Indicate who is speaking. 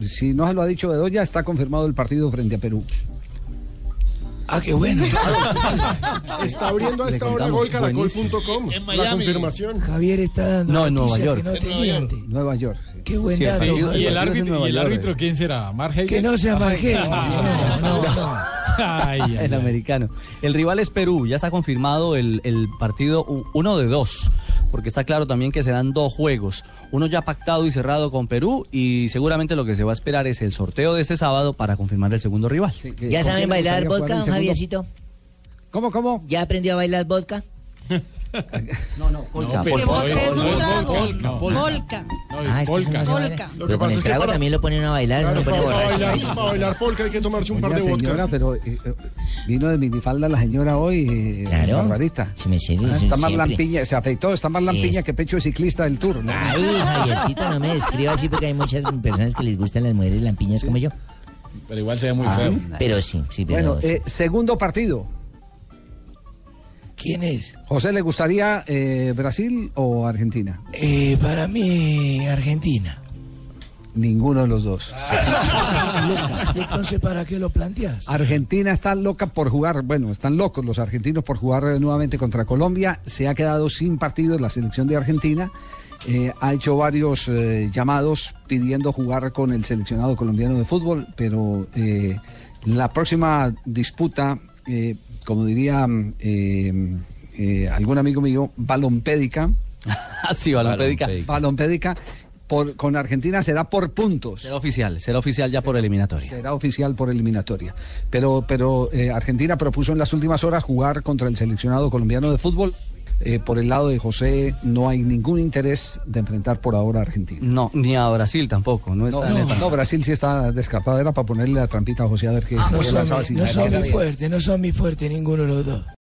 Speaker 1: Si no se lo ha dicho Bedoya, está confirmado el partido frente a Perú.
Speaker 2: Ah, qué bueno.
Speaker 3: Está abriendo a
Speaker 1: Le
Speaker 3: esta hora
Speaker 1: contamos,
Speaker 3: golcaracol.com
Speaker 4: En
Speaker 3: la
Speaker 4: Miami.
Speaker 3: confirmación.
Speaker 2: Javier está dando
Speaker 1: No, en
Speaker 2: noticias
Speaker 1: Nueva
Speaker 2: que
Speaker 1: York.
Speaker 2: no tenía antes.
Speaker 1: Nueva York. sí.
Speaker 2: Qué buen
Speaker 5: Sí,
Speaker 2: dato.
Speaker 5: sí. ¿Y
Speaker 2: Javier.
Speaker 5: el
Speaker 1: Partidos en
Speaker 5: árbitro,
Speaker 1: Nueva
Speaker 5: y el
Speaker 1: York,
Speaker 5: árbitro
Speaker 1: eh.
Speaker 5: quién será? ¿Marge?
Speaker 2: Que no sea Marqués. No, no, no.
Speaker 5: Ay, ay,
Speaker 6: El
Speaker 5: ay.
Speaker 6: americano. El rival es Perú, ya está confirmado el, el partido u- uno de dos, porque está claro también que serán dos juegos. Uno ya pactado y cerrado con Perú y seguramente lo que se va a esperar es el sorteo de este sábado para confirmar el segundo rival.
Speaker 1: Sí, que-
Speaker 7: ¿Ya
Speaker 1: Eh, ¿con
Speaker 7: saben
Speaker 1: quién le
Speaker 7: bailar
Speaker 1: gustaría jugar
Speaker 7: vodka,
Speaker 1: el
Speaker 7: don
Speaker 1: segundo?
Speaker 7: Javiercito?
Speaker 1: ¿Cómo, cómo?
Speaker 7: ¿Ya aprendió a bailar vodka?
Speaker 6: Polka,
Speaker 5: pero
Speaker 6: polka.
Speaker 5: no
Speaker 8: es un
Speaker 5: no
Speaker 8: trago.
Speaker 5: polka, no, polka.
Speaker 8: Volca.
Speaker 5: No,
Speaker 7: Ah,
Speaker 5: es
Speaker 7: es que eso
Speaker 5: polka.
Speaker 7: no se baila.
Speaker 8: Polka.
Speaker 3: Lo que
Speaker 7: Pero
Speaker 3: pasa
Speaker 7: con el
Speaker 3: es que
Speaker 7: trago
Speaker 3: para-
Speaker 7: también lo ponen a bailar,
Speaker 3: Claro,
Speaker 7: no lo
Speaker 3: para,
Speaker 7: pone
Speaker 3: para
Speaker 7: borracho.
Speaker 3: bailar, para bailar polka hay que tomarse un par
Speaker 1: Oiga,
Speaker 3: de
Speaker 1: señora,
Speaker 3: vodkas.
Speaker 1: pero eh, eh, vino de minifalda la señora hoy, eh,
Speaker 7: Claro.
Speaker 1: Barbarita.
Speaker 7: Sí, me sé,
Speaker 1: Ah,
Speaker 7: sí,
Speaker 1: está más
Speaker 7: siempre.
Speaker 1: lampiña, se afectó, está más lampiña
Speaker 7: Es- Ah,
Speaker 1: que pecho de ciclista del Tour. ¿no?
Speaker 7: Ay, Javiercito, no me describa así porque hay muchas personas que les gustan las mujeres lampiñas como yo.
Speaker 5: Pero igual se ve muy feo.
Speaker 7: Pero Ah, sí, sí, pero...
Speaker 1: bueno,
Speaker 7: sí.
Speaker 1: eh, segundo partido.
Speaker 2: ¿Quién es?
Speaker 1: José, ¿le gustaría eh, Brasil o Argentina?
Speaker 2: Eh, para mí, Argentina.
Speaker 1: Ninguno de los dos.
Speaker 2: Entonces, ¿para qué lo planteas?
Speaker 1: Ah, Argentina está loca por jugar, bueno, están locos los argentinos por jugar eh, nuevamente contra Colombia. Se ha quedado sin partido la selección de Argentina. Eh, ha hecho varios eh, llamados pidiendo jugar con el seleccionado colombiano de fútbol, pero eh, la próxima disputa, eh, como diría mm, eh, eh, algún amigo mío, balompédica,
Speaker 6: Así, balompédica.
Speaker 1: balompédica por, con Argentina será por puntos.
Speaker 6: Será oficial, será oficial ya por eliminatoria.
Speaker 1: Será oficial por eliminatoria. Pero, pero eh, Argentina propuso en las últimas horas jugar contra el seleccionado colombiano de fútbol. Eh, por el lado de José no hay ningún interés de enfrentar por ahora a Argentina.
Speaker 6: No, ni a Brasil tampoco, no
Speaker 1: No,
Speaker 6: está en el-
Speaker 1: no, Brasil sí está descartado. Era para ponerle la trampita a José a ver qué
Speaker 2: No
Speaker 1: qué
Speaker 2: son,
Speaker 1: lanzaba
Speaker 2: mi,
Speaker 1: sin
Speaker 2: Ah, no
Speaker 1: dar.
Speaker 2: son mi fuerte, no son mi fuerte ninguno de los dos.